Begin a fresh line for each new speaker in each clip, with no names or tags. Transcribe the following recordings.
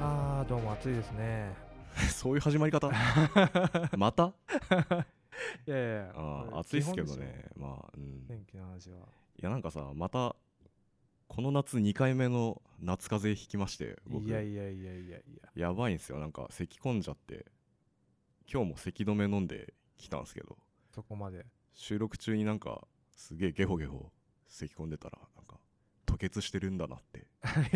ああどうも暑いですね
そういう始ま り方また
いやいやいや
あ
こ
ー
れ
暑いっすけど
基本でし
ねまあうん
ょ天気の話はい
やなんかさまたこの夏2回目の夏風邪ひきまして僕
いやいやいやいやいや
やばいんですよなんか咳込んじゃって今日も咳止め飲んできたんですけど
そこまで
収録中になんかすげえゲホゲホ咳込んでたらなんか吐血してるんだなって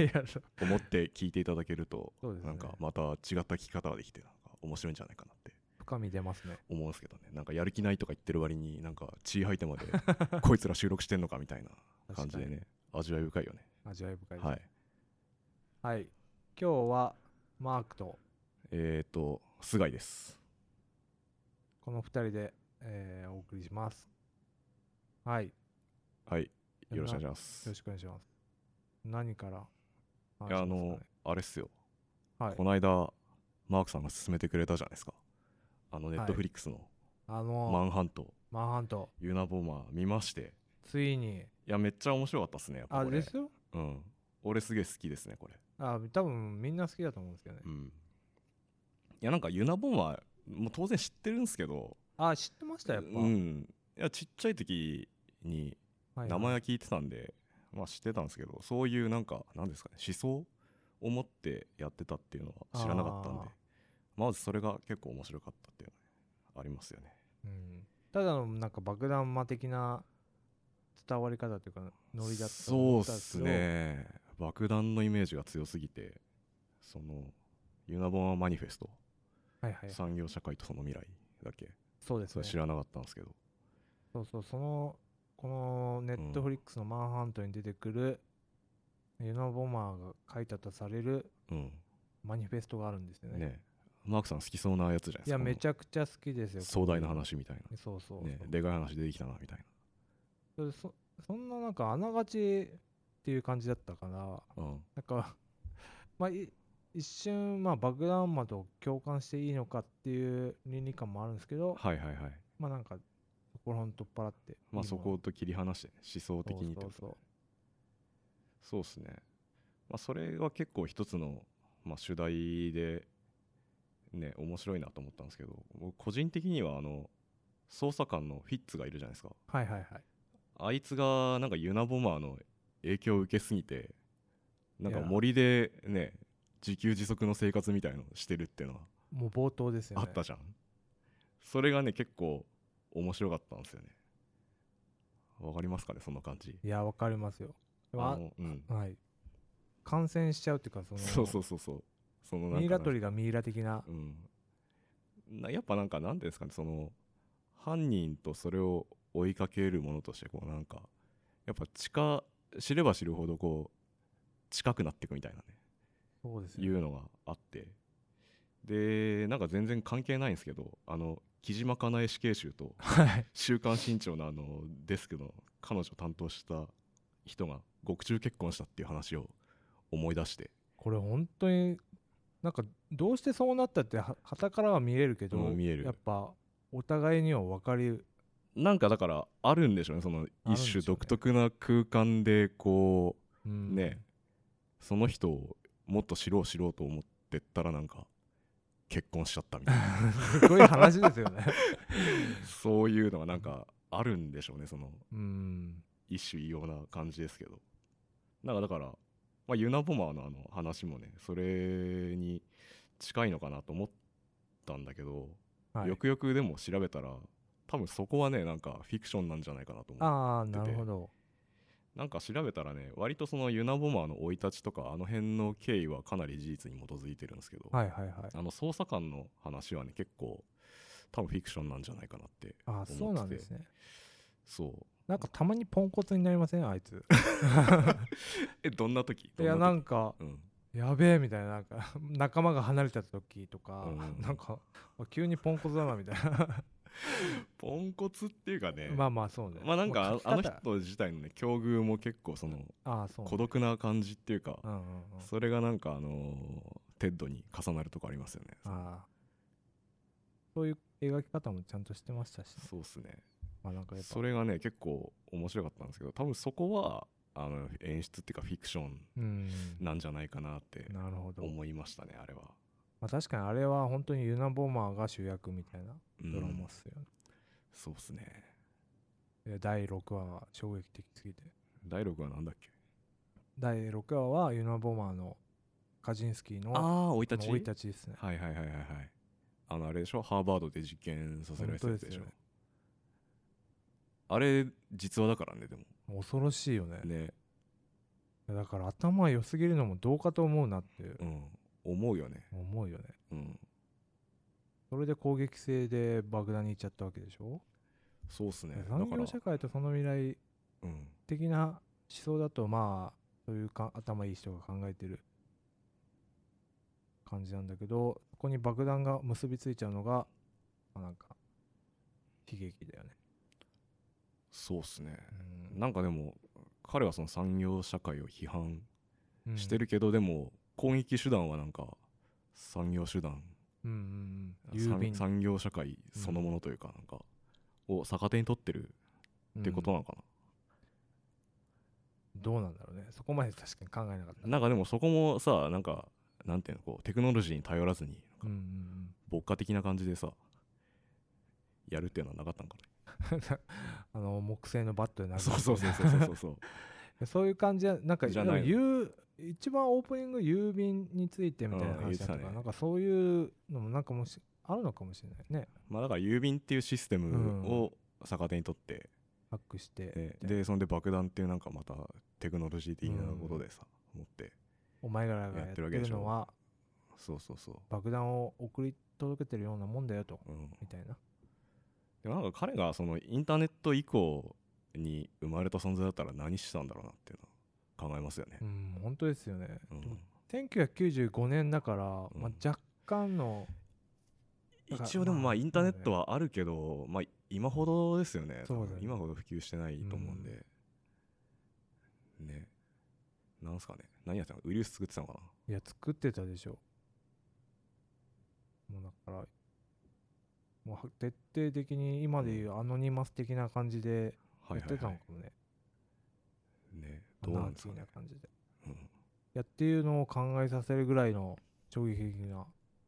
いやそう
思って聞いていただけると
そうですね
なんかまた違った聞き方ができてなんか面白いんじゃないかなって
深み出ますね
思うんですけどねなんかやる気ないとか言ってる割になんか血吐いてまで こいつら収録してんのかみたいな感じでね味わい深いよね
味わい深いです
はい
はい今日はマークと
えーと菅井です
この二人で、えーお送りしますはいよ
はいよろしくお願いし
よ
ます
ろしくお願いします何から話
いやあ
しますかね
のあれっすよ
はい
この間マークさんが勧めてくれたじゃないですかあの
い
ネットフリックスの
あ
「
の
マンハント、
マンハント
ユナボマー」見まして
ついに
いやめっちゃ面白かったっすねやっぱ
あ
こ
で
れ
すよ
うん俺すげえ好きですねこれ
あ多分みんな好きだと思うんですけどね
うんいやなんかユナボマーもう当然知ってるんですけど
あ知ってましたやっぱ、
うんいやちっちゃい時に
はい
名前は聞いてたんで、まあ知ってたんですけどそういうなんか何ですかね思想を持ってやってたっていうのは知らなかったんで
あ
まずそれが結構面白かったっていうのはありますよね
うんただのなんか爆弾魔的な伝わり方というかノリだったと
そう
思
った
んですけど
ね爆弾のイメージが強すぎてそのユナボマーマニフェスト
はいはい
産業社会とその未来だっけ
そうです
そ
ね
れ知らなかったんですけど
そうそうそのこのネットフリックスのマンハントに出てくる、ユナボマーが書いたとされる
うん
マニフェストがあるんですよね
ねマークさん好きそうなやつじゃないですか
いやめち
ゃ
ゃくちゃ好きですよ
壮大な話みたい
こういうそうそう
な
そう
ねでかい話出てきたなみたい
それそそんななんかあながちっていう感じだったから
なうん
なんか まあい一瞬まあ爆弾魔と共感していいのかっていう倫理観もあるんですけど、
はいはいはい
まあなんかそこら辺取っ払って
まあそ
を
こと切り離してね思想的にって
そ
こと
うそう
そうですねまあそれは結構一つのまあ主題でね面白いなと思ったんですけど僕個人的にはあの捜査官のフィッツがいるじゃないですか
そうはいはいはい
あいつがなんかユナボマーの影響を受けすぎてなんか
いや
森でね自給自足の生活みたいのしてるっていうのが
もう冒頭ですよ
あ
ね
ったじゃん、それがね結構面白かったんですよねわかりますかねその感じ
いやわかりますよでも
あのうん
あはい感染しちゃうっていうかその
そうそうそうそうそのなんか
ミイラ取りがミイラ的な
うんなやっぱなんかなんていうんですかねその犯人とそれを追いかけるものとしてこうなんかやっぱ近知れば知るほどこう近くなっていくみたいなね
そうです
い
よね
うのがあってでなんか全然関係ないんですけどあの木島かなえ死刑囚と
はい
「週刊新潮」のあのデスクの彼女を担当した人が獄中結婚したっていう話を思い出して
これ本当になんかどうしてそうなったってはたからは見えるけど、
うん見える
やっぱお互いには分かり
なんかだからあるんでしょうねその
あるんで
一
しょう
種
ね
独特な空間でこ
うん
ねえうその人をもっと知ろう知ろうと思ってったらなんか結婚しちゃったみた い な
すごい話ですよね
そういうのがなんかあるんでしょうねその
うん
一種異様な感じですけどなんかだから、まあ、ユナボマーのあの話もねそれに近いのかなと思ったんだけど、
はい
よくよくでも調べたら多分そこはねなんかフィクションなんじゃないかなと思う
ああなるほど
なんか調べたらね割とそのユナボマーの生い立ちとかあの辺の経緯はかなり事実に基づいてるんですけど、
はいはいはい
あの捜査官の話はね結構多分フィクションなんじゃないかなって
ああそうなんですね
そう
なんかたまにポンコツになりませんあい つ
えどんな時
いや
どんな
なんか
時うん
やべえみたいななんか 仲間が離れた時とか、
うん
なんかあ急にポンコツだなみたいな
ポンコツっていうかね
まあまあそうね
まあなん
も
か
う書
ああの
き方
人自体のね境遇も結構その
ああそうね
孤独な感じっていうか
うんうんうん
それがなんかあのーテッドに重なるとこありますよね
ああそういう描き方もちゃんとしてましたし、
そうっすね
まあなんかやっぱ
そ、れがね結構面白かったんですけど多分そこはあの演出っていうかフィクション
うん、
なんじゃないかなって
なるほど。
思いましたねあれは、
まあ確かにあれは本当にユナ・ボマーが主役みたいな
うん
ドラマっすよね。
そうっすね
で第6話は衝撃的すぎて。
第6話なんだっけ
第6話はユナ・ボマーのカジンスキーの
あ
あの
あ生い
生
立ち
い立ちですね。
はいはいはいはいはいあのあれでしょハーバードで実験させられたやつ
本当で
でしょ
すよね
あれ実話だからねでも
もう恐ろしいよね。
ね
だから頭良すぎるのもどうかと思うなって
うん思うよね
思うよね。
うん
それで攻撃性で爆弾に行っちゃったわけでしょ、
そうっすねだから
産業社会とその未来
うん
的な思想だとまあそういうか頭いい人が考えてる感じなんだけどそこに爆弾が結びついちゃうのが、まあ、なんか悲劇だよね。
そうっすね
うん
なんかでも彼はその産業社会を批判
うん
してるけど、でも攻撃手段はなんか産業手段
うんうんうん、郵
産
便
産業社会そのものというかなんか、を逆手に取ってるってことなのかな、
うんどうなんだろうねそこまで確かに考えなかった。
なんかでもそこもさなんかなんていうのこうテクノロジーに頼らずに
うんうん
牧歌的な感じでさやるっていうのはなかったんかね
うん、あ の木製のバットで殴る
そうそうそうそうそう そうそう
そういう感じはなんか
じゃない
でも郵一番オープニング郵便についてみたいな
うん言っ
話
て
だと
た
か、
ね
なんかそういうのもなんかもしあるのかもしれないね
まあだから郵便っていうシステムを逆手に取って、
ハックして、
ね
みたいな
でそんで爆弾っていうなんかまたテクノロジー的なことでさ、持って
お前らが
や
やっ
っ
てて
るわけで
る
しょ
のは
そうそうそ
爆弾を送り届けてるようなもんだよと
ううん
みたいな
でもなんか彼がそのインターネット以降に生まれた存在だったら何してたんだろうなっていうのは考えますよね
う。ん本当ですよね、
うん
でも1995年だから、
うん
まあ、若干のだから
一応でもま
ま
あ
あ
インターネットはあるけど、まあ今ほどですよね
そうだね
多分今ほど普及してないと思うんで、ねなんすかね何やってたのウイルス作ってたのかない
や作ってたでしょもうだからもうは徹底的に今でいうアノニマス的な感じで
は
やっ
いはい、
てた
は
のかもね
い、ねどう
アナ
なん
ー
です
キ
か
ー
ね
な、感じで
うん
いやっていうのを考えさせるぐらいの衝撃的な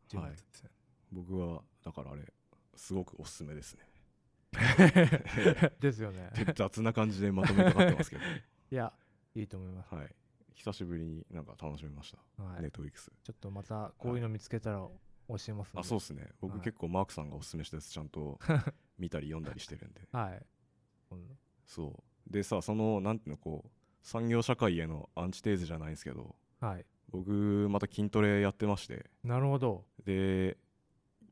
人
は
物
い
ですね、
僕はだからあれすごくおすすめですね
ですよね
で雑な感じでまとめかかってますけ
いやいいと思います、
どはい久しぶりになんか楽しみました
はい
ネットウィックス
ちょっとまたこういうの見つけたら教えますので
あそうですね僕
はい
結構マークさんがおすすめしたやつちゃ んと見たり読んだりしてるんで
はい今度
そうでさそのなんていうのこう産業社会へのアンチテーゼじゃないんですけど
はい
僕また筋トレやってまして
なるほど
で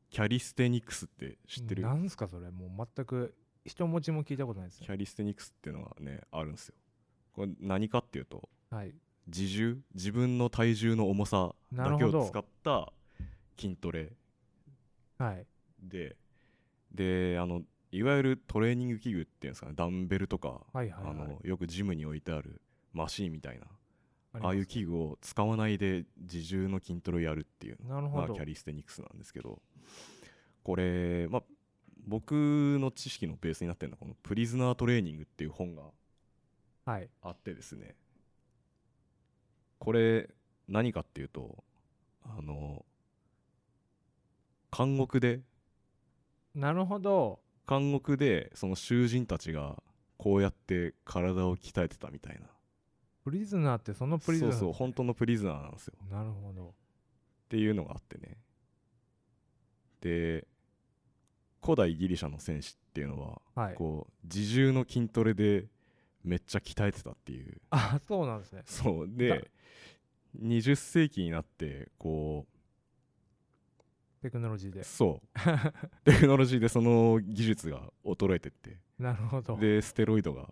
キャリステニクスって知ってる
なんすかそれもう全く一文字も聞いたことないです
キ
ね
ャリステニクスっていうのがねあるんですよこれ何かっていうと
はい
自重自分の体重の重さだけ
なるほ
を
ど
使った筋トレ
はい
でであのいわゆるトレーニング器具っていうんですかねダンベルとか、
はいはいはい
あのよくジムに置いてあるマシーンみたいな
あり
ああいう
ますね
器具を使わないで自重の筋トレをやるっていう
なる
の
ほ
が
ど
キャリステニクスなんですけどこれ、まあ、僕の知識のベースになってるのはこの「プリズナートレーニング」っていう本が
はい
あってですねこれ何かっていうとあの監獄で
なるほど
監獄でその囚人たちがこうやって体を鍛えてたみたいな
プリズナーってそのプリズ
そ
ナ
う
ー
そう本当のプリズナーなんですよ
なるほど
っていうのがあってねで古代ギリシャの戦士っていうのは、
はい
こう自重の筋トレでめっちゃ鍛えてたっていう
あそうなんですね
そう
だ
で20世紀になってこ
テクノロジーで
うそう テクノロジーでその技術が衰えてって
なるほどはい
でステロイドが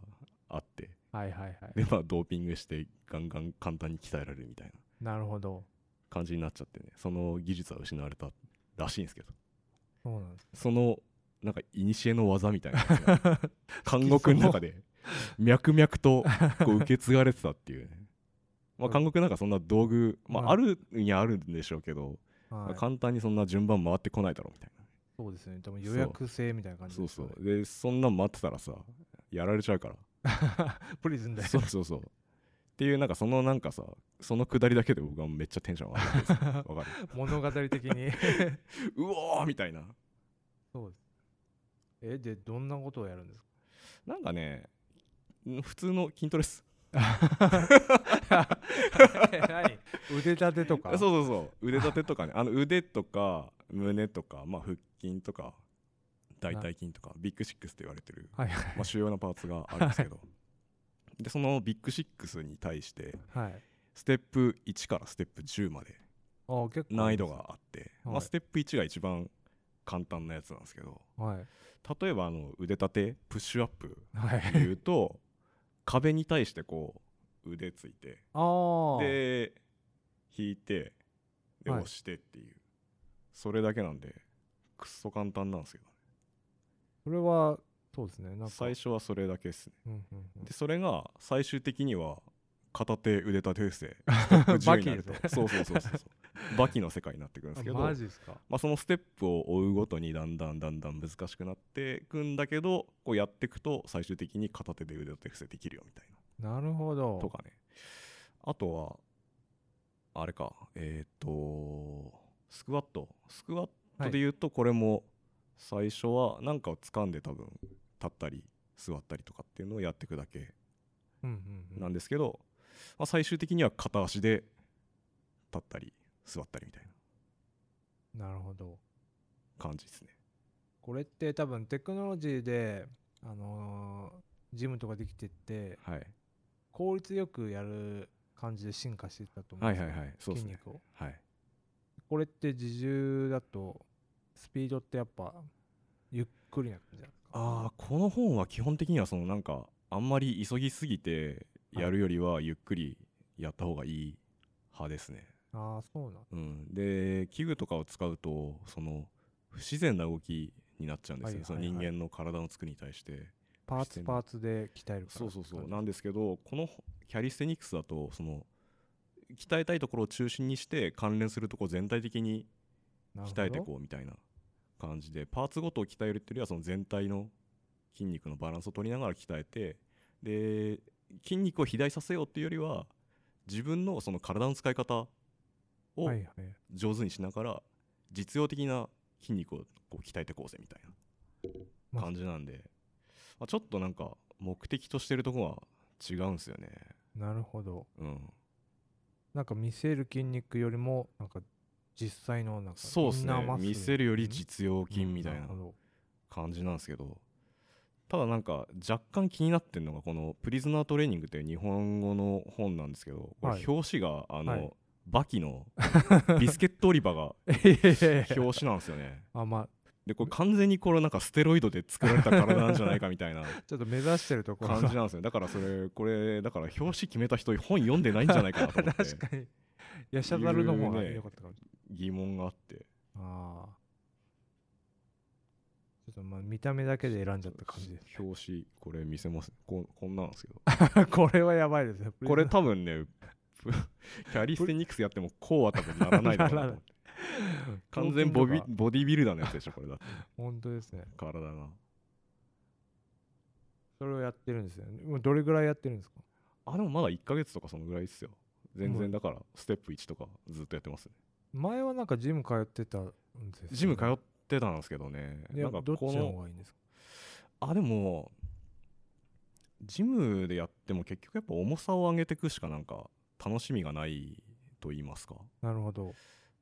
あって
はいはい
でまあドーピングしてガンガン簡単に鍛えられるみたいな
なるほど
感じになっちゃってねその技術は失われたらしいんですけど
そうなんです
そのなんか古の技みたい なやつが監獄の中で脈々とこう受け継がれてたっていうね、 まあ、監獄なんかそんな道具、ま
ま
あ、
あ
あるにはあるんでしょうけど、まあ
はい
簡単にそんな順番回ってこないだろうみたい
そうですね多分予約制みたいな感じ
そう
です
そ
よね
うでそんなん待ってたらさやられちゃう から
プリズンで
そうそうそうっていうなんかそのなんかさそのくだりだけで僕はめっちゃテンション上がって るんですよわか
物語的 に
るうおーみたいな
そうですえでどんなことをやるんです か
なんかねん普通の筋トレっす
何腕立てとか
そうそうそう腕立てとかねあの腕とか胸とか、まあ、腹筋とか大腿筋とかビッグシックスって言われてる、
はいはい
まあ、主要なパーツがあるんです けど、でそのビッグシックスに対して
はい
ステップ1からステップ10まで
あー結構
難易度があって、ま
は
あ、
い
ステップ1が一番簡単なやつなんですけど
はい
例えばあの腕立てプッシュアップ
はい
で言うと壁に対してこう腕ついて
ああ
で引いてで
はい
押してっていう、それだけなんでくっそ簡単なんですけど
それはそうですねなんか
最初はそれだけですね
うんうんうん
でそれが最終的には片手腕立 て伏せステップ10になると
バキです
そうそうそうそうそうバキの世界になってくるんですけど
あマジですか
まあ、そのステップを追うごとにだんだんだんだん難しくなっていくんだけどこうやっていくと最終的に片手で腕立て伏せできるよみたい
なるほ
なと
ど
かねあとはあれかえっ、とスクワットスクワットで言うとこれも最初は何かを掴んで多分立ったり座ったりとかっていうのをやっていくだけ
うんうんうん
なんですけど、まあ、最終的には片足で立ったり座ったりみたいな
なるほど
感じですね
これって多分テクノロジーであのージムとかできてって
はい
効率よくやる感じで進化していったと思う
は
ん
い
です
は
よ
いはいそうです
筋
ね
肉を
はい
これって自重だとスピードってやっぱゆっくりな感じなんですか
ああこの本は基本的にはそのなんかあんまり急ぎすぎてやるよりはゆっくりやった方がいい派ですね、
ああそうなん
うん、で器具とかを使うとその不自然な動きになっちゃうんですよ、
はい
その
はい
人
はい
間の体の作りに対して
パー
して
ツ
んの
パーツで鍛えるから
そうそうそう
な
なんですけどこのキャリステニクスだとその鍛えたいところを中心にして関連するところ全体的に
るほど
鍛えてこうみたいな感じでパーツごとを鍛えるっていうよりはその全体の筋肉のバランスを取りながら鍛えてで筋肉を肥大させようっていうよりは自分のその体の使い方を
はいはい
上手にしながら実用的な筋肉をこう鍛えてこうぜみたいな
ま
感じなんで、まあ、ちょっとなんか目的としてるとこは違うんですよね
なるほど
うん
なんか見せる筋肉よりもなんか実際のなんか
そうですね
インナーマッスル
見せるより
うん
実用筋みたい
うん
な
るほど
感じなんですけどただなんか若干気になってるのがこの「プリズナートレーニング」という日本語の本なんですけどこ
は
れ
い
表紙があの、
はい
バ キのビスケット売り場が表紙なんですよね。
あまあ
でこれ完全にこれなんかステロイドで作られた体なんじゃないかみ たいな
ちょっと目指してるところが
感じなんですよねだからそれこれだから表紙決めた人本読んでないんじゃないかなと思って
確かにヤシャザルの方が
いうね
良かったかもしれない
疑問があって
ああちょっとまあ見た目だけで選んじゃった感じです
表紙これ見せますこんこんなんですけど
これはやばいですね
これ多 分ねプキャリステニクスやってもこうは多分ならないだろうなと思って完全ボビボディビルダーのやつでしょこれだって
本当ですね
体が
それをやってるんですよねもうどれぐらいやってるんですか
あでもまだ1ヶ月とかそのぐらいですよ全
う
然
ん
だからステップ1とかずっとやってますね
前はなんかジム通ってたんですよね
ジム通ってたんですけどね
いや
なんか
どっち
こ
の
の
方がいいんですか
あでもジムでやっても結局やっぱ重さを上げていくしかなんか楽しみがないと言いますか
なるほど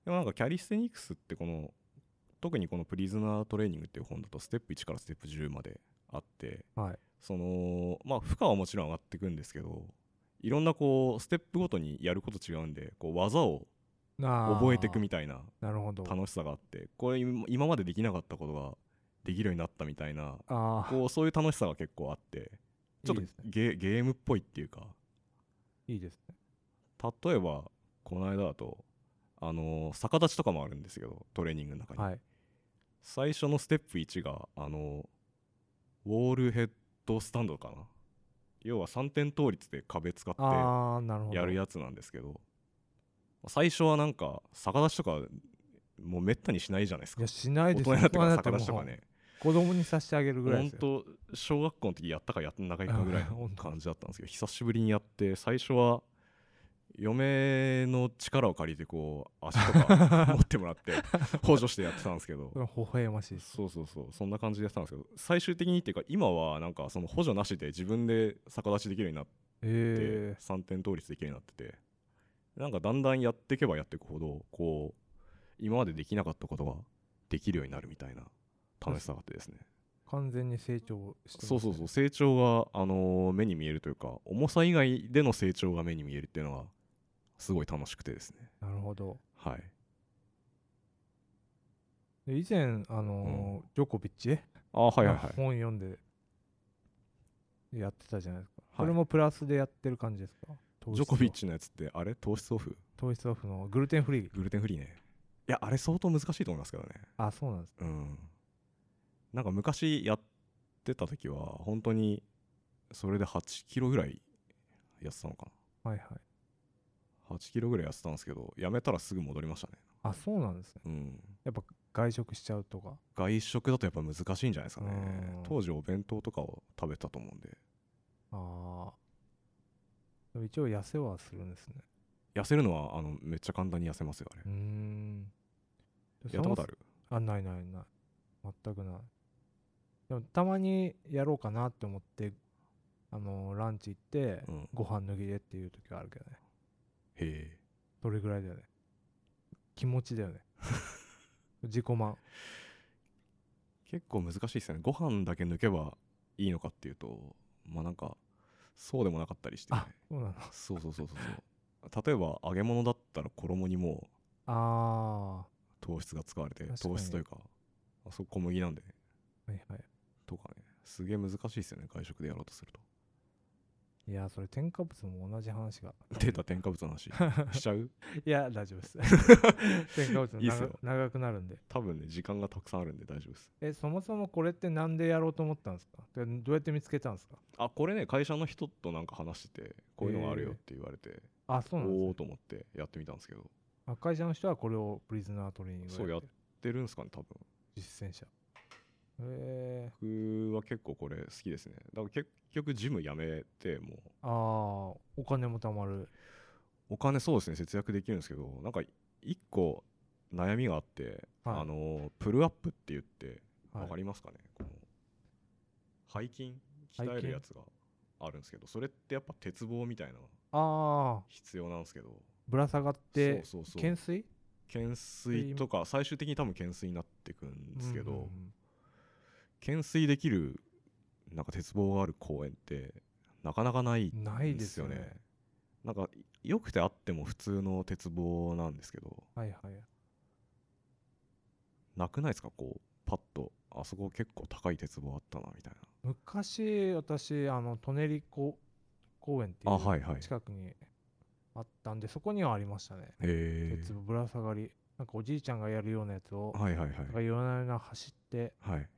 でもなんかキャリステニクスってこの特にこの「プリズナートレーニング」っていう本だとステップ1からステップ10まであって
はい
そのまあ負荷はもちろん上がっていくんですけどいろんなこうステップごとにやること違うんでこう技を覚えていくみたいな
たいなるほど
楽しさがあってこれ今今までできなかったことができるようになったみたいな
ああ
こうそういう楽しさが結構あってちょっと
いいですね
ゲゲームっぽいっていうか
いいですね
例えばこの間だとあのー逆立ちとかもあるんですけどトレーニングの中に、
はい
最初のステップ1があのーウォールヘッドスタンドかな要は3点倒立で壁使っ
ああなるほ
て
ど
やるやつなんですけど最初はなんか逆立ちとかもうめったにしないじゃないです
い
か
やしない
大
です
人になってから逆
大
立ち
人
と
にな
か
っても
ね
う子供にさせてあげるぐらい
本
ですよ
当小学校の時やったかやってないかぐ らい
ほ
の
んと
感じだったんですけど久しぶりにやって最初は嫁の力を借りてこう足とか 持ってもらって補助してやってたんですけど
それは微笑ましいです
そうそうそうそんな感じでやってたんですけど最終的にっていうか今はなんかその補助なしで自分で逆立ちできるようになって
え
3点倒立できるようになっててなんかだんだんやっていけばやっていくほどこう今までできなかったことができるようになるみたいな楽しさがあってですね
ー、完全に成長してます
そうそうそう成長が、あのー目に見えるというか重さ以外での成長が目に見えるっていうのがすごい楽しくてですね
なるほど
はい
で以前あのージョコビッチ
あはいはいはい、
本読んでやってたじゃないですか、
は
こ
い
れもプラスでやってる感じですか
ジョコビッチのやつってあれ糖質オフ
糖質オフのグルテンフリー
グルテンフリーねいやあれ相当難しいと思いますけどね
あそうなんです
うんなんか昔やってた時は本当にそれで8キロぐらいやってたのか
はいはい
な8キロぐらいやってたんですけどやめたらすぐ戻りましたね
あそうなんですね
うん
やっぱ外食しちゃうとか
外食だとやっぱ難しいんじゃないですかね
うん
当時お弁当とかを食べたと思うんで
ああでも一応痩せはするんですね
痩せるのはあのめっちゃ簡単に痩せますよあれ
うーん
やったことある
あないないない全くないでもたまにやろうかなって思ってあのーランチ行って、
うん
ご飯抜きでっていう時はあるけどね
へえ
それぐらいだよね気持ちだよ ね自己満
結構難しいですよねご飯だけ抜けばいいのかっていうとまあなんかそうでもなかったりしてね、
あそうなの
そうそうそうそうそう例えば揚げ物だったら衣にもう
あ
糖質が使われて
確かに
糖質というかあそこ小麦なんで
あはいはい
とかねすげえ難しいですよね外食でやろうとすると
いやそれ添加物も同じ話が
出た添加物の 話しちゃう
いや大丈夫です 添加物
いいっす
長
よ
長くなるんで
多分ね時間がたくさんあるんで大丈夫です
えそもそもこれってなんでやろうと思ったんですかでどうやって見つけたんですか
あこれね会社の人となんか話しててこういうのがあるよって言われて、
あそうなんです
おお
ね
ーと思ってやってみたんですけど
あ会社の人はこれをプリズナートレーニング
そう
を
や
やっ
って
る
てるんですかね多分
実践者へえ
僕は結構これ好きですねだから結局ジムやめてもう
ああお金も貯まる
お金そうですね節約できるんですけどなんか一個悩みがあって、
はい
あのプルアップって言って
はい
分かりますかね、この背筋鍛えるやつがあるんですけどそれってやっぱ鉄棒みたいなのが
ああ
必要なんですけど
ぶら下がって
そうそうそう
懸垂
懸垂とか最終的に多分懸垂になってくんですけど、
うんうんうん
懸垂できるなんか鉄棒がある公園ってなかなかない
ない
ん
で
ですす
よ
よ
ね
ねなんかよくてあっても普通の鉄棒なんですけど
はいはい
なくないですかこうパッとあそこ結構高い鉄棒あったなみたい
昔私あの舎人公公園って
なあはいいはいう
近くにあったんでそこにはありましたね
へ
鉄棒ぶら下がりなんかおじいちゃんがやるようなやつを
えはいはいはい
なんか夜な夜な走って
はい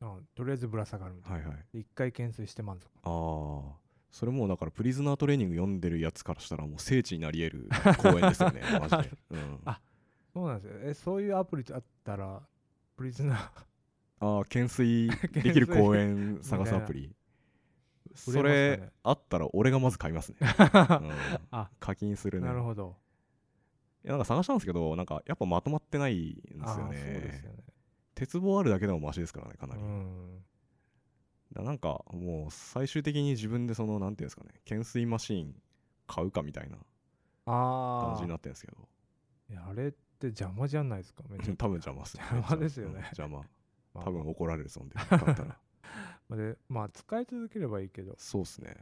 うんとりあえずぶら下がるみたい
はいはい
な一回懸垂して満足
あーそれもうだからプリズナートレーニング読んでるやつからしたらもう聖地になり 得る公園ですよねマジで、うん、
あ
あ
そうなんですよえそういうアプリあったらプリズナー
あー 懸垂できる公園探すアプリ
みた
そ
いな売れますかね
れあったら俺がまず買いますね、 うん
あ
課金するね
なるほど
いやなんか探したんですけどなんかやっぱまとまってないんですよね
ああそうですよね
鉄棒あるだけでもマシですからねか
う
なり、
ん
だなんかもう最終的に自分でそのなんていうんですかね懸垂マシーン買うかみたいな
あ
感じに
あ
なってるんですけど
いやあれって邪魔じゃないですかめっちゃ
多分邪魔っすね
邪魔ですよね
うん邪魔
まあ
多分怒られるそんで買ったら
でまあ使い続ければいいけど
そうっすね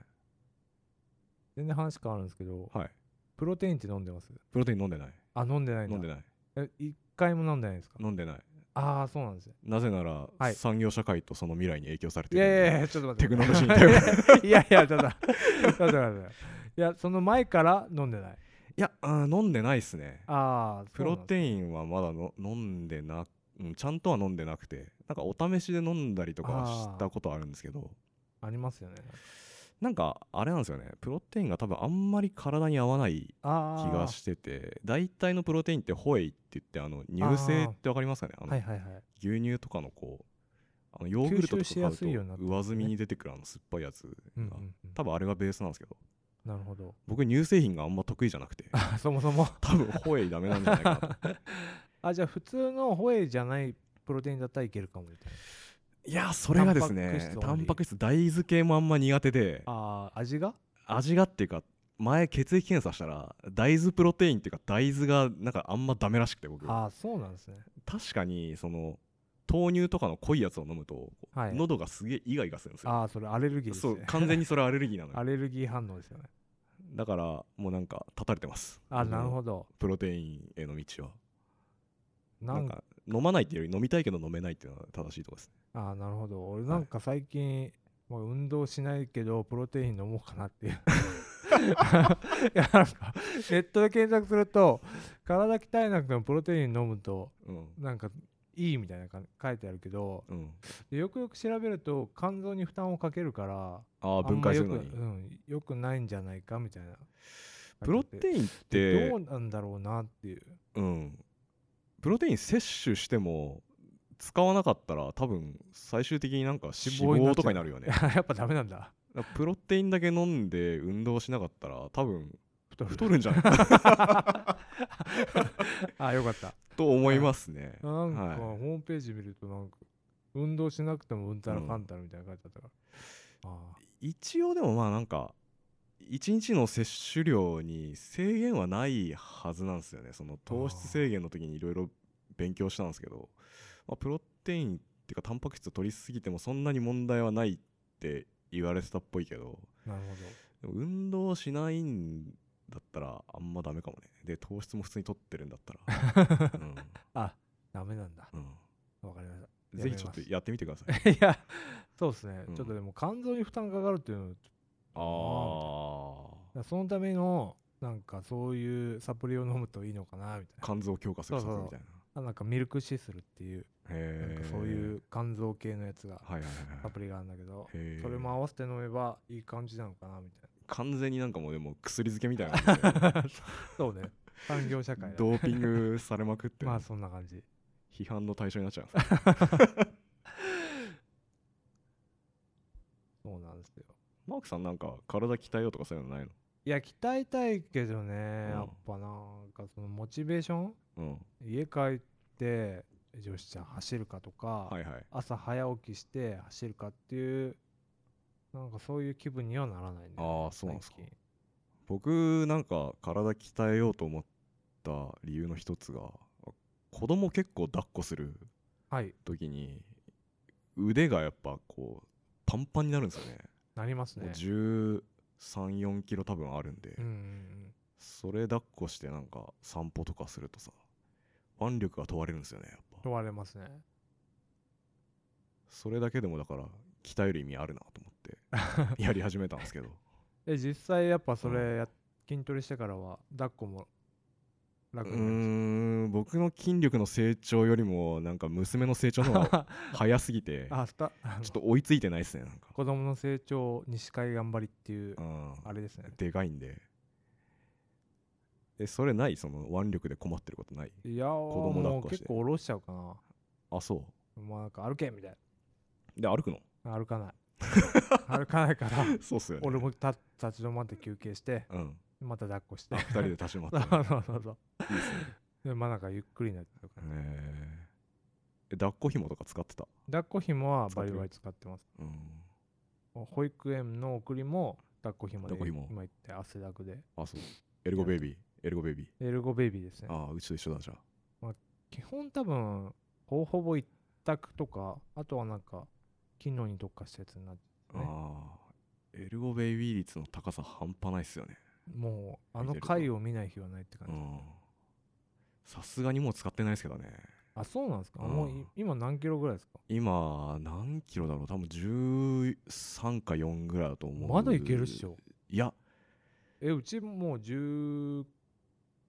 全然話変わるんですけど
はい
プロテインって飲んでます
プロテイン飲んでない
あ飲んでないんだ
飲んでない
え一回も飲んでないんですか
飲んでない
ああそうなんですね
なぜなら、
はい
産業社会とその未来に影響されて
い
るんで
やいやいやちょっと待って
テクノロジーに頼る
いやいやちょっと待ってちょっと待っていやその前から飲んでない
いやうん飲んでないっすね
ああ
プロテインはまだの飲んでな、うん、ちゃんとは飲んでなくてなんかお試しで飲んだりとかはしたことあるんですけど
ありますよね
なんかあれなんですよねプロテインが多分あんまり体に合わない
あ
気がしてて大体のプロテインってホエイって言ってあの乳製ってわかりますかねあ
て
の
はいはいはい
牛乳とかのこうあのヨーグルトと
吸
か
収し
買
や
う
すいようになっ
と
てますね
上澄みに出てくるあの酸っぱいやつが、
うんうんうん
多分あれがベースなんですけど
なるほど
僕乳製品があんま得意じ ゃなくて
そもそも
多分ホエイダメなんじゃないかな
あじゃあ普通のホエイじゃないプロテインだったらいけるかも みたい
いやそれがですね
タ
タ
ン
ン
パ
パ
ク
ク質大豆系もあんま苦手で
なあー味が
味がっていうか前血液検査したら大豆プロテインっていうか大豆がなんかあんまダメらしくて僕
ああそうなんですね
確かにその豆乳とかの濃いやつを飲むと、
はい
喉がすげえイガイガするんですよ
ああそれアレルギーです
そう
ね
完全にそれアレルギーなの
ア
よ
レルギー反応ですよね
だからもうなんか立たれてます
あなる
ど
ほど
プロテインへの道は
な
なん
ん
か飲まないっていうより飲みたいけど飲めないっていうのは正しいとこですね
ああなるほど俺
はい
なんか最近、もう運動しないけどプロテイン飲もうかなっていう いやなんかネットで検索すると体鍛えなくてもプロテイン飲むと
うん
なんかいいみたいなか書いてあるけど
うん
でよくよく調べると肝臓に負担をかけるから
ああ分解するのに
あんまよく,、うん、よくないんじゃないかみたいな
プロテインっ
で
て
どうなんだろうなっていう
うんプロテイン摂取しても使わなかったら多分最終的になんか脂
脂肪になっちゃう
肪とかになるよね
やっぱダメなんだ
だからプロテインだけ飲んで運動しなかったら多分
太る
太るんじゃないかな
あよか った
と思いますね、
なんか、
はい
ホームページ見るとなんか運動しなくてもうんたらかんたらみたいなの書いてあったから、あ
一応でもまあなんか1日の摂取量に制限はないはずなんですよねその糖質制限の時にいろいろ勉強したんですけど、まあ、プロテインっていうかタンパク質を取りすぎてもそんなに問題はないって言われてたっぽいけど
あなる
でも運動しないんだったらあんまダメかもねで糖質も普通に取ってるんだった
ほど
ら、
あダメなんだ
うん
わかりまし
うん、ぜひちょっと やってみてください
た いやそうですね、
うん
ちょっとでも肝臓に負担かかるっていうのだか
あー
らそのためのなんかそういうサプリを飲むといいのかなみたいな
肝臓強化する
そうそう
作みたいな
あなんかミルクシスルっていうなん
へ
か
え
そういう肝臓系のやつが
はいはいはいはい
サプリがあるんだけど
へー
それも合わせて飲めばいい感じなのかなみたい
完全になんかもうでも薬漬けみたいなもん で
なそう ね産業社会だ
ドーピングされまくって、
まあそんな感じ
批判の対象になっちゃうんです ね
そうなんですよ
マークさんなんか体鍛えようとかそういうのないの
いや鍛えたいけどね、
うん
やっぱなんかそのモチベーション
うん
家帰って女子ちゃん走るかとか、
はいはい
朝早起きして走るかっていうなんかそういう気分にはならないね
ああそうなんですか
最
僕なんか体鍛えようと思った理由の一つが子供結構抱っこする
近はい
時に腕がやっぱこうパンパンになるんですよね
なります
もう
ね
1 3 4キロ多分あるんで、
うんうんうん
それ抱っこしてなんか散歩とかするとさ腕力が問われるんですよねやっぱ
問われますね
それだけでもだから鍛える意味あるなと 思ってやり始めたんですけど
え実際やっぱそれ
う
や筋トレしてからは抱っこも
う
楽
ー
になりまし
ん僕の筋力の成長よりもなんか娘の成長の 方が早すぎて
たあスタあの
ちょっと追いついてないですねなんか、
子供の成長西海頑張りっていう
うん、
あれですね
でかいんでえそれないその腕力で困ってることない
いやー
供抱
も
っ
う
こして
結構下ろしちゃうかな
あそ
もうなんか歩けみたいう
で歩くの
な歩か ない歩かないから
そうっすよね
俺も立立ち止まって休憩して
うん
また抱っこして
あ二人で立ち回って
そう
ね
そうそうそうでまあなんかゆっくりになっちゃうから
えー、抱っこ紐とか使ってた、
抱っこ紐は
使っ
バ
て
リ
る
バリ使ってます
うん、
保育園の送りも抱っこ紐で
抱っこ紐
今言って汗だくで
あそうエルゴベイビーエルゴベイビー
エルゴベイビーですね
ああうちと一緒だじゃあ
基本多分ほぼほぼ一択とかあとはなんか機能に特化したやつになってね
ああエルゴベイビー率の高さ半端ないっすよね
もうあ
見
の
てると
回を見ない日はないって感
う
じ、
んさすがにもう使ってないですけどね
あそうなんですか、
うん
もうい今何キロぐらいですか
今何キロだろう多分13か4ぐらいだと思う
まだいけるっしょ
いや
えうちもう10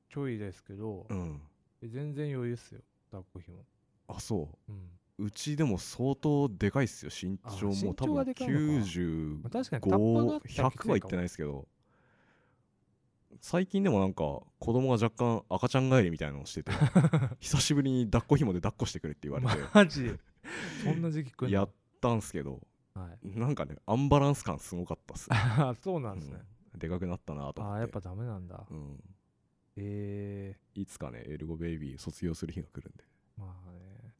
ちょいですけど、
うん
え全然余裕っすよ抱っこひも
あそ
うん
うちでも相当でかいっすよ身
あ
長も
身
う
長
多分
がでかいのか
95
まあ確かにタッパだったらきつ
100はいってないですけど最近でもなんか子供が若干赤ちゃん帰りみたいなのを してて久しぶりに抱っこ紐で抱っこしてくれって言われて
マジそんな時期来る
やったんすけど
はい
なんかねアンバランス感すごかったっす、
あそうなんですね、
うんでかくなったなと
あ
思
あ
って
やっぱダメなんだ、
うん、
ええ
いつかねエルゴベイビー卒業する日が来るんで
まあね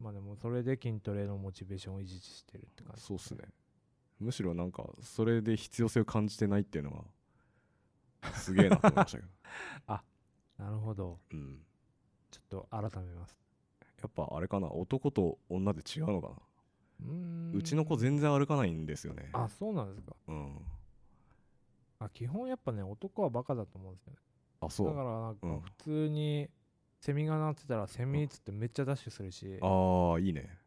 まあでもそれで筋トレのモチベーションを維持してるって感じ
そうっすねむしろなんかそれで必要性を感じてないっていうのがすげえなと思いまし たけど、
なるほど
うん、
ちょっと改めます
やっぱあれかな男と女で違うのかな
うーん
うちの子全然歩かないんですよね
あそうなんですか
うん
あ基本やっぱね男はバカだと思うんですよね
あそ
だか
う
らなんか
うん
普通にセミが鳴ってたらセミっつってめっちゃダッシュするし、
ああいいね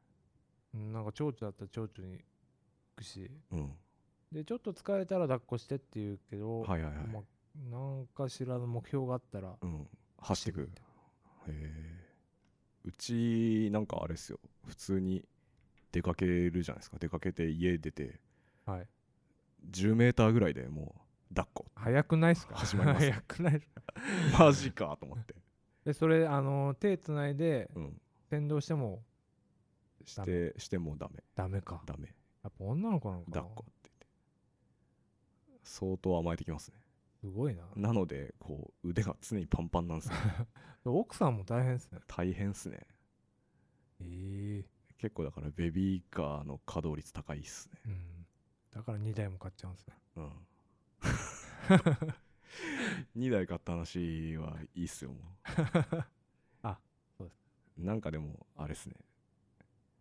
うんなんか蝶々だったら蝶々に行くし
うん
でちょっと疲れたら抱っこしてって言うけど、
はいはいはい、
まあ、なんかしらの目標があったら
うん走ってくへえうちなんかあれっすよ普通に出かけるじゃないですか出かけて家出て
はい
10メーターぐらいでもう抱っ こ
早くないっすか
始まります
早くないっすか
マジかと思って、
でそれあの手つないで
うん、
先導しても
し
ダ
てしてもダメ
ダメか
ダメ
やっぱ女の子なのかな
抱っこって言って相当甘えてきますね
すごいな
なのでこう腕が常にパンパンなんですよ
奥さんも大変ですね
大変っすね
ええ
結構だからベビーカーの稼働率高いっすね
うんだから2台も買っちゃうんですね
うん 2台買った話はいいっすよもう
あそうです
なんかでもあれっすね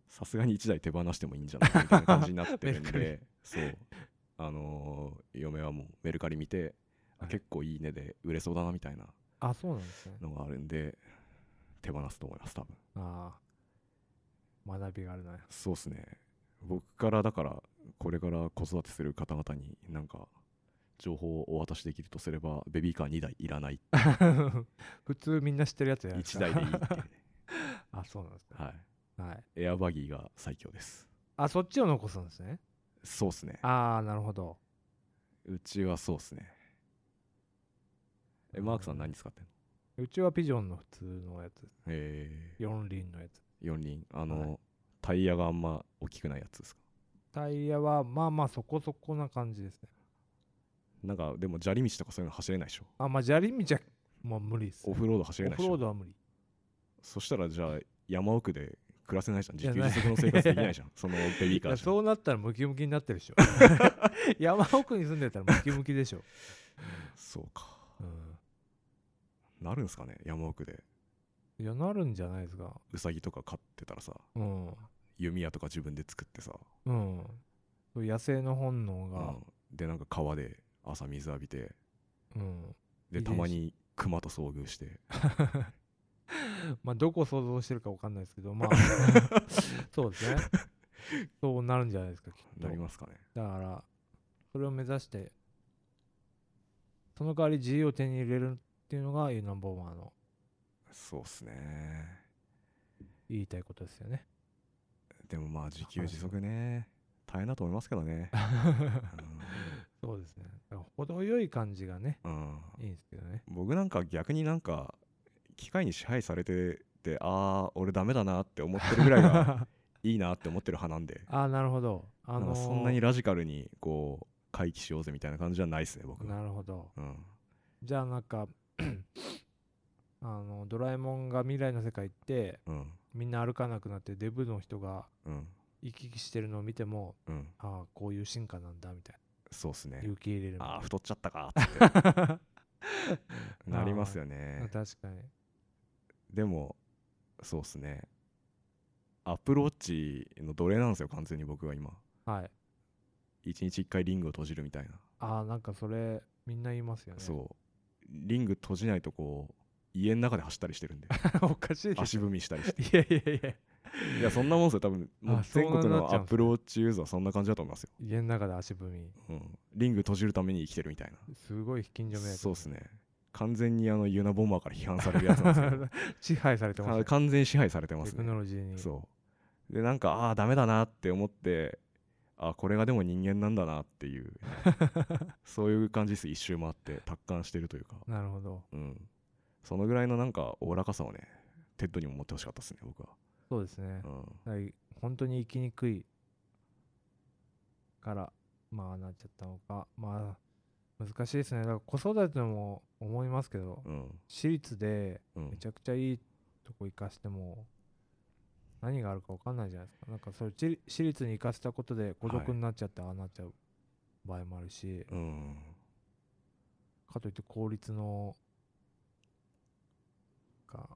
さすがに1台手放してもいいんじゃないかみたいな感じになって るん
メ
でそうあのー嫁はもうメルカリ見て、あ
はい
結構いい値で売れそうだなみたいな
あそうなんですね
のがあるんで手放すと思います多分
ああ学びがあるな
そうっすね僕からだからこれから子育てする方々になんか情報をお渡しできるとすればベビーカー2台いらない
普通みんな知ってるやつや
1台でいいっていうね
あそうなんですね
は
はい
いエアバギーが最強です
あそっちを残すんですね
そうっすね
ああなるほど
うちはそうっすねえマークさん何使ってんの
うちはピジョンの普通のやつ
えー、
四輪のやつ
4輪あの、
は
タイヤがあんま大きくないやつですか
タイヤはまあまあそこそこな感じですね
なんかでも砂利道とかそういうの走れないでしょ
あまあ砂利道はもう無理です
オ
オ
フロード走れない
フ
でし
ロー
ょ
ドは無理
そしたらじゃあ山奥で暮らせないじゃん
いや
自給自足の生活できないじゃんそのベビー
い
カー
や
じゃ
そうなったらムキムキになってるで しょ山奥に住んでたらムキムキでしょ、
そうか
うん
なるんすかね山奥で
いやなるんじゃないですか
ウサギとか飼ってたらさ
うん
弓矢とか自分で作ってさ、
うんそう野生の本能が
うんでなんか川で朝水浴びて
うん、
で
遺伝子
たまに熊と遭遇して
まあどこを想像してるかわかんないですけど まあそうですねそうなるんじゃないですかきっと
なりますかね
だからそれを目指してその代わり自由を手に入れるっていうのがユナボーマーの
そうっすね
言いたいことですよ ね
でもまあ自給自足ね大変だと思いますけど ね
そうですねだから程よい感じがね
うん、うん
いいんですけどね
僕なんか逆になんか機械に支配されててああ俺ダメだなって思ってるぐらいがいいなって思ってる派なんで
ああなるほどあ
なん
の
か
ー
そんなにラジカルにこう回帰しようぜみたいな感じじゃないですね僕は
なるほど
うん
じゃあなんか あのドラえもんが未来の世界行って
うん
みんな歩かなくなってデブの人が
うん
行き来してるのを見ても
うん
ああこういう進化なんだみたい
そうっすね
な受け入れるみたい
あ
な
あ太っちゃったかーって なりますよ
あ
ね
確かに
でもそうっすねアップローチの奴隷なんですよ完全に僕は今
はい
一日一回リングを閉じるみたいな
ああなんかそれみんな言いますよね
そうリング閉じないとこう家の中で走ったりして るんで
おかしいでし
足
ょ
踏みしたりして
いやいやいや
いやそんなもんですよ多分もう
あそう
全
な
国
なっ
の
ちゃ
ア
うん
ッ
ですね
プローチユーザーはそんな感じだと思いますよ、
家の中で足踏み
うん、リング閉じるために生きてるみたいな
すごい近所迷惑
そうっすね完全にあのユナボマーから批判されるやつなんですけ
支配されて
ど
ま
か
す
完全に支配されてま
テ
す
ク
ね
ノロジーに
そうでなんかああーダメだなって思ってあーこれがでも人間なんだなっ ていうそういう感じです一周回って達観してるというか
なるほど
うんそのぐらいのなんかおおらかさをねテッドにも持ってほしかったですね僕は、
そうですね
う、ん、
はい、本当に生きにくいからまあなっちゃったのかまあ難しいですねだから子育ても思いますけど
うん
私立で
うん
めちゃくちゃいいとこ行かしても何があるか分かんないじゃないですかなんかそれ私私立に行かせたことで孤
はい
独になっちゃってああなっちゃう場合もあるし、
うん
かといって公立のか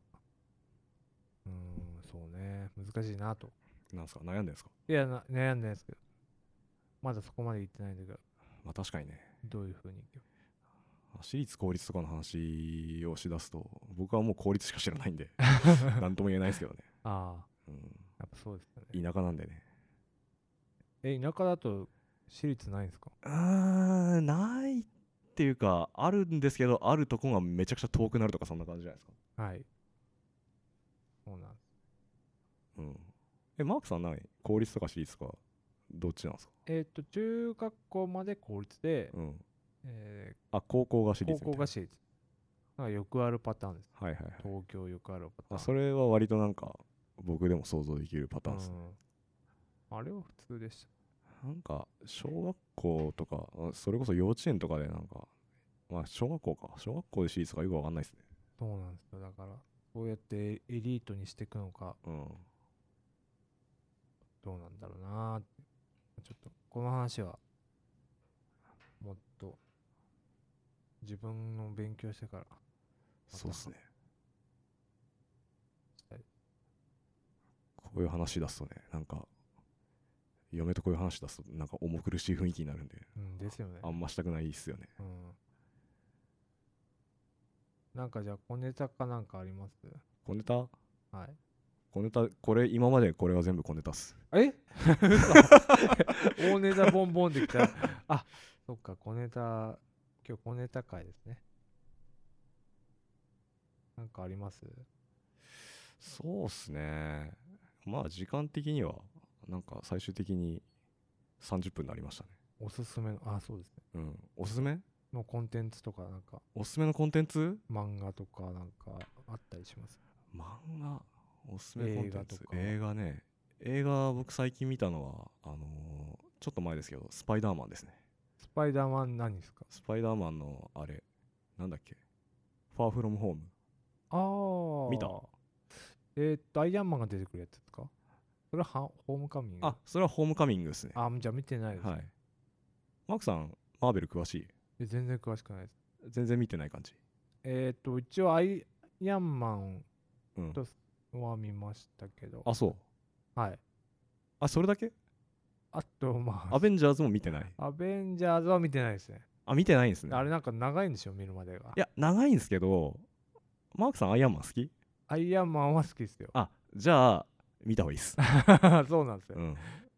うーんそうね難しいなと
なんすか悩んでんすか
いやな悩んでないですけどまだそこまで行ってないんだけど
まあ確かにね
どういうふうに行けば
私立公立とかの話をしだすと僕はもう公立しか知らない んでなんとも言えないですけどね、
ああ
う
やっぱそうですよね
ん、田舎なんでね
え田舎だと私立ないんですか
うーんないっていうかあるんですけどあるとこがめちゃくちゃ遠くなるとかそんな感じじゃないですか、
はいそうなんです
うん、えマークさんない公立とか私立とかどっちなんですか、
えっ、と中学校まで公立で、
うん、
え
あ高校が私
ー
立み
高校
たいな
が私立なんかよくあるパターンです
はいはいはい
東京よくあるパター
あ
ン
それは割となんか僕でも想像できるパターンですね、
うんあれは普通でした
なんか小学校とかあそれこそ幼稚園とかでなんかまあ小学校か小学校で私立かよくわかんないですね
そうなんですよだからこうやってエリートにしていくのか
うん
どうなんだろうなーってちょっとこの話はもっと自分の勉強してから
そうっすね
したい
こういう話出すとねなんか嫁とこういう話出すとなんか重苦しい雰囲気になるんで
うんですよね
あんましたくないっすよね
うんなんかじゃあ小ネタかなんかあります
小ネタ
はい
小ネタこれ今までこれが全部小ネタっす
え 大ネタボンボンできた。あそっか、小ネタ、今日小ネタ会ですね。なんかあります
そうっすねまあ時間的にはなんか最終的に30分になりましたね
おすすめの、あ、そうですね。
うんおすすめ
のコンテンツとか、なんか
おすすめのコンテンツ
漫画とか、なんかあったりします。
漫画おすすめコンテ
映画
ンツ
とか
映画ね映画僕最近見たのはあのーちょっと前ですけどスパイダーマンですね
スパイダーマン何ですか
スパイダーマンのあれなんだっけファーフロムホーム
ああ。
見た
えーっと、アイアンマンが出てくるやつですかそれははホームカミング
あそれはホームカミングですねは
あ、じゃあ見てないです、ね
いマークさんマーベル詳しい
え全然詳しくないです。
全然見てない感じ
えーっと、一応アイアンマン
うん
とは見ましたけど。
あそう
はい。
あそれだけ
あと、ま
アベンジャーズも見てない
あ、アベンジャーズは見てないですね。
あ見てないんですね
あれなんか長いんでしょ、見るまでが。
いや長いんですけどマークさんアイアンマン好き。
アイアンマンは好きですよ
あじゃあ見た方がいいっす、
そうなんですよ
う。ん、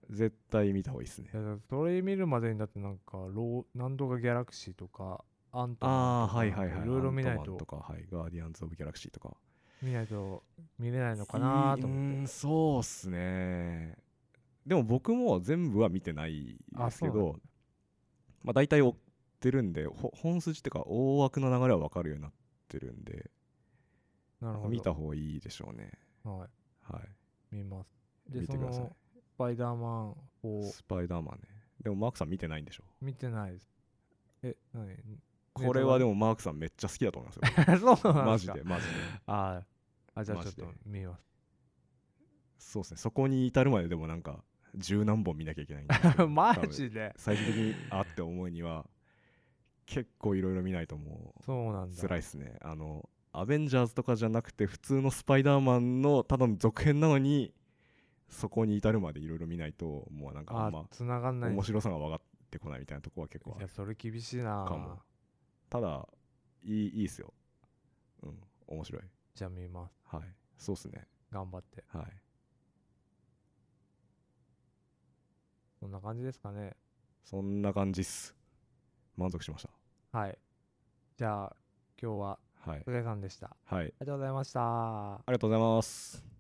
絶対見た方がいいっすね
いやそれ見るまでにだってなんか、ロー何度かギャラクシーとか、アントマン
あ
と
あ
か、
はいはいはい
いろいろ見ない
アントマン
と、
とかはいガーディアンズ・オブ・ギャラクシーとか
見ないと見れないのかなと
う
思
ー
っ
ん
て。
そうっすねでも僕も全部は見てないですけ
あそうな
どまあ大体追ってるんでほ本筋っていうか大枠の流れは分かるようになってるんで
なるほど。
見た方がいいでしょうね
はい。
はい
見ます。で、
見
そ
てくださ
の、
い
スパイダーマンを
スパイダーマンねでもマークさん見てないんでしょ
見てないです。え、何
これはでもマークさんめっちゃ好きだと思いますよ
そうなん
マ
です
ジ
か
で。マジで
あーあ、じゃあ
マ
ちょっ
ジで
と見ます。
そうですねそこに至るまででもなんか十何本見なきゃいけないんですけ ど
マ
多分
ジで
最終的にあって思うには結構いろいろ見ないとも
そうなん
う
だ。
辛いですねあのアベンジャーズとかじゃなくて普通のスパイダーマンのただの続編なのにそこに至るまでいろいろ見ないともうなんかあ
あ
んま
繋がんないん
面
だ
白さが分かってこないみたいなとこは結構
い
あ
や
る
それ厳しいな
かもただいいいいっすようん面白い
じゃあ見ます
はいそうっすね
頑張って
はい
そんな感じですかね
そんな感じっす満足しました
はいじゃあ今日は
はい
お疲れさんでしたあ
はい
りがとうございました
ありがとうございます